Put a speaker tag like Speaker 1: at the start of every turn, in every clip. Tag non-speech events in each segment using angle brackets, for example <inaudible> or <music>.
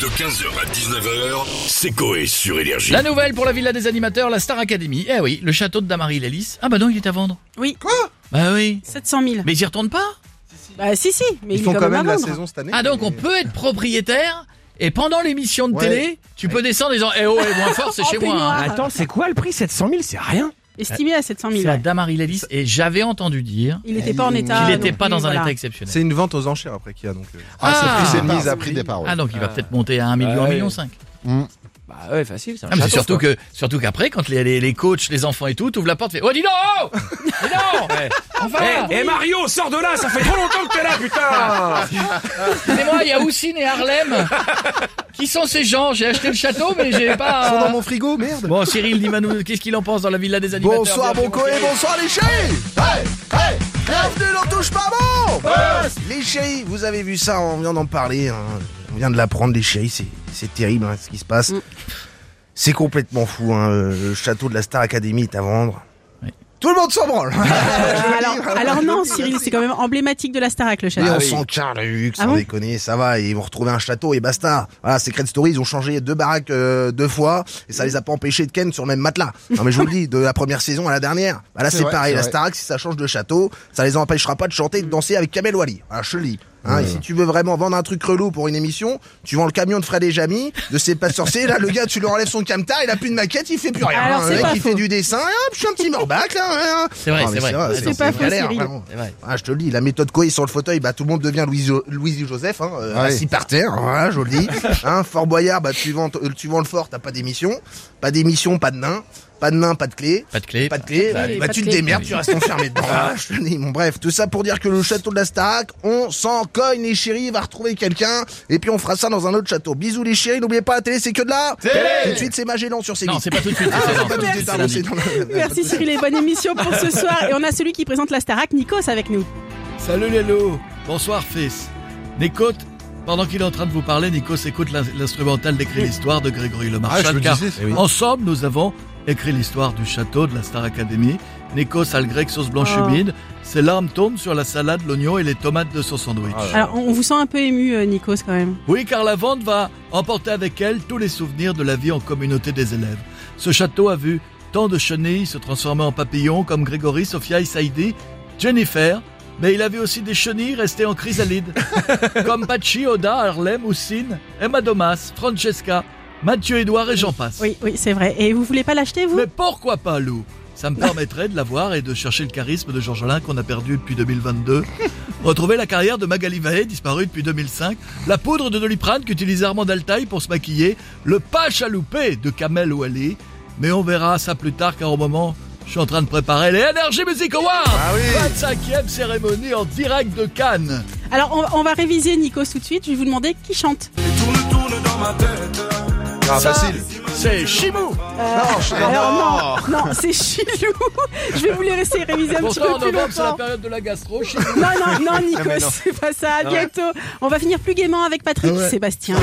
Speaker 1: De 15h à 19h, c'est Coé sur Énergie.
Speaker 2: La nouvelle pour la Villa des Animateurs, la Star Academy. Eh oui, le château de Damary Lélis. Ah bah non, il est à vendre.
Speaker 3: Oui.
Speaker 2: Bah oui.
Speaker 3: 700 000.
Speaker 2: Mais ils y retournent pas
Speaker 3: Bah si, si, mais
Speaker 4: Ils
Speaker 3: il
Speaker 4: font
Speaker 3: est
Speaker 4: quand même
Speaker 3: à
Speaker 4: la
Speaker 3: vendre.
Speaker 4: saison cette année.
Speaker 2: Ah donc
Speaker 4: mais-
Speaker 2: on peut être propriétaire et pendant l'émission de
Speaker 4: Ouais.
Speaker 2: télé, tu peux descendre en disant Eh oh, eh, moins fort, c'est
Speaker 3: <laughs> En
Speaker 2: chez moi. hein.
Speaker 3: peignoir.
Speaker 5: Attends, c'est quoi le prix 700 000 C'est rien.
Speaker 3: Estimé à 700 000.
Speaker 2: C'est à
Speaker 3: ouais.
Speaker 2: Damary Lélis et j'avais entendu dire
Speaker 3: Il n'était pas en
Speaker 4: Il
Speaker 2: qu'il
Speaker 3: état. Ah, non
Speaker 2: n'était pas
Speaker 3: plus,
Speaker 2: dans un
Speaker 3: voilà.
Speaker 2: état exceptionnel.
Speaker 4: C'est une vente aux enchères après qu'il y a donc. euh,
Speaker 2: Ah,
Speaker 4: c'est
Speaker 2: c'est
Speaker 4: une mise à prix.
Speaker 6: départ.
Speaker 2: Ah donc il va peut-être monter à 1 million, 1
Speaker 5: ouais.
Speaker 2: million 5.
Speaker 5: Bah ouais, facile. C'est un
Speaker 2: Ah, mais c'est
Speaker 5: château,
Speaker 2: surtout
Speaker 5: quoi.
Speaker 2: que surtout qu'après quand les, les, les coachs, les enfants et tout, t'ouvres la porte, fais "Oh dis donc oh Dis donc Enfin
Speaker 5: Eh eh, Mario, sors de là, ça fait trop longtemps que t'es là, putain
Speaker 2: Excusez-moi, il y a Houssine et Harlem. Qui sont ces gens J'ai acheté le château, mais j'ai
Speaker 4: Ils sont
Speaker 2: pas.
Speaker 4: dans mon frigo, merde.
Speaker 2: Bon, Cyril, dis-nous, qu'est-ce qu'il en pense dans la villa des animateurs
Speaker 4: Bonsoir
Speaker 2: Bienvenue,
Speaker 4: bon Coé,
Speaker 2: Cyril.
Speaker 4: bonsoir les chéris Hey Hey Bienvenue dans Touche pas bon Les chéris, vous avez vu ça, on vient d'en parler, hein. on vient de l'apprendre les chéris, c'est- c'est terrible hein, ce qui se passe.
Speaker 3: Mm.
Speaker 4: C'est complètement fou, hein. le château de la Star Academy est à vendre. Tout le monde s'en branle
Speaker 3: Ah, <laughs> alors, alors non, Cyril, c'est quand même emblématique de la Starac, le
Speaker 4: Et
Speaker 3: château.
Speaker 4: on s'en carre, Luc,
Speaker 3: Bah Ah
Speaker 4: sans
Speaker 3: bon
Speaker 4: déconner, ça va, ils vont retrouver un château et basta. Voilà, Secret Story, ils ont changé deux baraques euh, deux fois, et ça les a pas empêchés de ken sur le même matelas. Non mais je vous le dis, de la première saison à la dernière. Bah là c'est
Speaker 6: vrai,
Speaker 4: pareil,
Speaker 6: c'est
Speaker 4: la
Speaker 6: vrai.
Speaker 4: Starac, si ça change de château, ça les empêchera pas de chanter et de danser avec Kamel Wally. Voilà, je te le dis. Hein, et si tu veux vraiment vendre un truc relou pour une émission, tu vends le camion de Fred et Jamy, de ses pas sorciers, là le gars tu lui enlèves son camtar, il a plus de maquette, il fait plus rien.
Speaker 3: Alors,
Speaker 4: hein.
Speaker 3: c'est
Speaker 4: le mec
Speaker 3: pas
Speaker 4: il
Speaker 3: faux.
Speaker 4: fait du dessin, et hop, je suis un petit morbac là. hein.
Speaker 2: C'est vrai,
Speaker 4: Ah,
Speaker 2: c'est
Speaker 4: mais
Speaker 2: vrai.
Speaker 4: vrai,
Speaker 2: C'est
Speaker 3: pas
Speaker 4: une
Speaker 3: faux,
Speaker 4: galère,
Speaker 3: Cyril.
Speaker 4: vraiment.
Speaker 2: C'est vrai.
Speaker 4: Ah, je te le dis, la méthode Coé sur le fauteuil, bah tout le monde devient Louis- Louis Joseph, hein, euh,
Speaker 6: Ouais.
Speaker 4: assis par terre, voilà, je le
Speaker 6: <laughs>
Speaker 4: dis. Hein, Fort Boyard, bah tu vends, euh, tu vends le fort, t'as pas d'émission, pas d'émission, pas de nain, pas de nain, pas de clé.
Speaker 2: Pas de clé.
Speaker 4: Pas de clé,
Speaker 2: Pas de
Speaker 3: clé,
Speaker 4: bah
Speaker 3: pas
Speaker 4: tu
Speaker 3: de
Speaker 4: te
Speaker 3: clé.
Speaker 4: démerdes, tu restes enfermé dedans. Ah, je te dis, bon, bref, tout ça pour dire que le château de la Starac, on s'en cogne les chéris, va retrouver quelqu'un, et puis on fera ça dans un autre château. Bisous les chéris, n'oubliez pas la télé, c'est que de là. Tout de suite, c'est Magellan sur C8.
Speaker 2: Non, c'est pas tout de suite.
Speaker 4: Ah,
Speaker 2: c'est
Speaker 4: c'est
Speaker 2: non,
Speaker 4: pas tout de
Speaker 2: c'est lundi.
Speaker 4: suite, pardon, c'est dans le-
Speaker 3: Merci Cyril et bonne émission pour ce soir. Et on a celui qui présente la Starac, Nikos, avec nous.
Speaker 2: Salut Lélo. Bonsoir fils. N'écoute, pendant qu'il est en train de vous parler, Nikos écoute l'in- l'instrumental d'écrit l'histoire de Grégory Le
Speaker 4: Ah,
Speaker 2: Marchal. car Ensemble, nous avons écrit l'histoire du château de la Star Academy. Nikos al grec sauce blanche
Speaker 4: Ah.
Speaker 3: Oh.
Speaker 2: humide. Ses larmes tombent sur la salade, l'oignon et les tomates de son sandwich.
Speaker 3: Alors, on on vous sent un peu ému, euh, Nikos, quand même.
Speaker 2: Oui, car la vente va emporter avec elle tous les souvenirs de la vie en communauté des élèves. Ce château a vu tant de chenilles se transformer en papillons comme Grégory, Sophia, Saïdi, Jennifer, mais il a vu aussi des chenilles rester en
Speaker 3: <laughs>
Speaker 2: chrysalide, comme Pachi, Oda, Harlem, Houssine, Emma Domas, Francesca, Mathieu Édouard et j'en passe.
Speaker 3: Oui, oui, c'est vrai. Et vous voulez pas l'acheter, vous
Speaker 2: Mais pourquoi pas, Lou Ça me permettrait de l'avoir et de chercher le charisme de Georges Alain qu'on a perdu depuis 2022. Retrouver la carrière de Magali Vallée, disparue depuis 2005. La poudre de Doliprane qu'utilisait Armand Altaï pour se maquiller. Le pas chaloupé de Kamel Ouali. Mais on verra ça plus tard car au moment, je suis en train de préparer les Energy Music Awards
Speaker 3: Ah
Speaker 2: 25e cérémonie en direct de Cannes
Speaker 3: Alors, on, on va réviser Nikos tout de suite. Je vais vous demander qui chante.
Speaker 4: Ah, facile.
Speaker 2: C'est Chimou
Speaker 3: Alors, non, non, c'est <laughs> Chilou. Je vais vous les laisser réviser un petit
Speaker 2: Pourtant
Speaker 3: peu
Speaker 2: en
Speaker 3: plus
Speaker 2: novembre c'est la
Speaker 3: longtemps.
Speaker 2: période de la gastro. Chimou.
Speaker 3: Non, non, non, Nikos, c'est pas ça. À bientôt. On va finir plus gaiement avec Patrick Sébastien.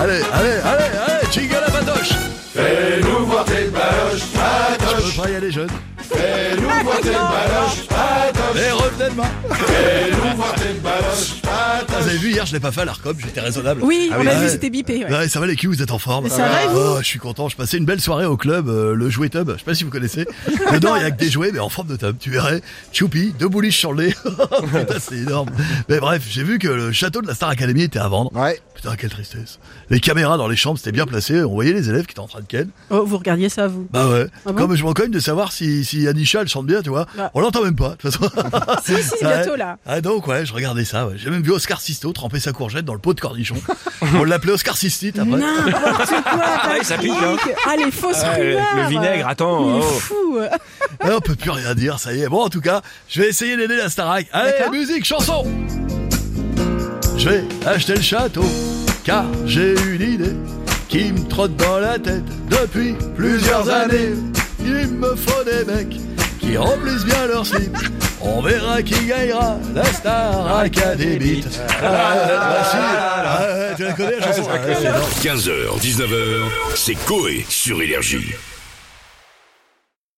Speaker 2: Allez, allez, allez, allez, Eh, jingle à Badoche
Speaker 7: Fais-nous voir tes baloches,
Speaker 2: Je
Speaker 7: patoche.
Speaker 2: peux pas y aller jeune.
Speaker 7: Fais-nous voir tes baloches, patoche.
Speaker 2: Et revenez demain
Speaker 7: Fais-nous voir tes baloches, patoche.
Speaker 2: Vous avez vu, hier, je l'ai pas fait à l'ARCOM, j'étais raisonnable.
Speaker 3: Oui, on a
Speaker 2: ouais.
Speaker 3: vu, c'était bipé. ouais.
Speaker 2: Ouais, ça va les culs, vous êtes en forme.
Speaker 3: Ça va, et vous
Speaker 2: Oh, Je suis content, je passais une belle soirée au club, euh, le jouet tub, je sais pas si vous
Speaker 3: <laughs>
Speaker 2: connaissez. Dedans, il y a que des jouets, mais en forme de tub, tu verrais. Choupi, deux bouliches sur le lait. <laughs> Putain, c'est énorme. Mais bref, j'ai vu que le château de la Star Academy était à vendre.
Speaker 6: Ouais.
Speaker 2: Putain, quelle tristesse. Les caméras dans les chambres, c'était bien placé, on voyait les élèves qui étaient en train de ken.
Speaker 3: Oh, vous regardiez ça, vous
Speaker 2: Bah ouais.
Speaker 3: Ah bon Bah.
Speaker 2: Comme je m'en cogne de savoir si, si Anisha, elle chante bien, tu vois.
Speaker 3: Ouais.
Speaker 2: On l'entend même pas, de toute façon.
Speaker 3: <laughs> Si, si, c'est
Speaker 2: Ouais.
Speaker 3: bientôt, là.
Speaker 2: Ah donc ouais, je regardais ça. ouais. J'ai même vu Oscar Sisto tremper sa courgette dans le pot de cornichon. On l'appelait Oscar Sistite après.
Speaker 3: N'importe quoi,
Speaker 5: Ouais, ça pique, hein.
Speaker 3: Patrick. Ah, les fausses
Speaker 5: Ah, le-
Speaker 3: rumeurs.
Speaker 5: le vinaigre, attends,
Speaker 3: Il est
Speaker 5: oh.
Speaker 3: fou.
Speaker 2: Ah, on peut plus rien dire, ça y est. Bon en tout cas, je vais essayer d'aider la Starac. Allez,
Speaker 3: D'accord.
Speaker 2: musique, chanson. Je vais acheter le château car j'ai une idée qui me trotte dans la tête depuis plusieurs années. Il me faut des mecs qui remplissent bien leur slip. On verra qui gagnera la Star Academy. Ah, facile. Ah, ouais, tu la connais la chanson Ah, ouais, c'est énorme.
Speaker 1: 15h, 19h, c'est Coé sur Énergie.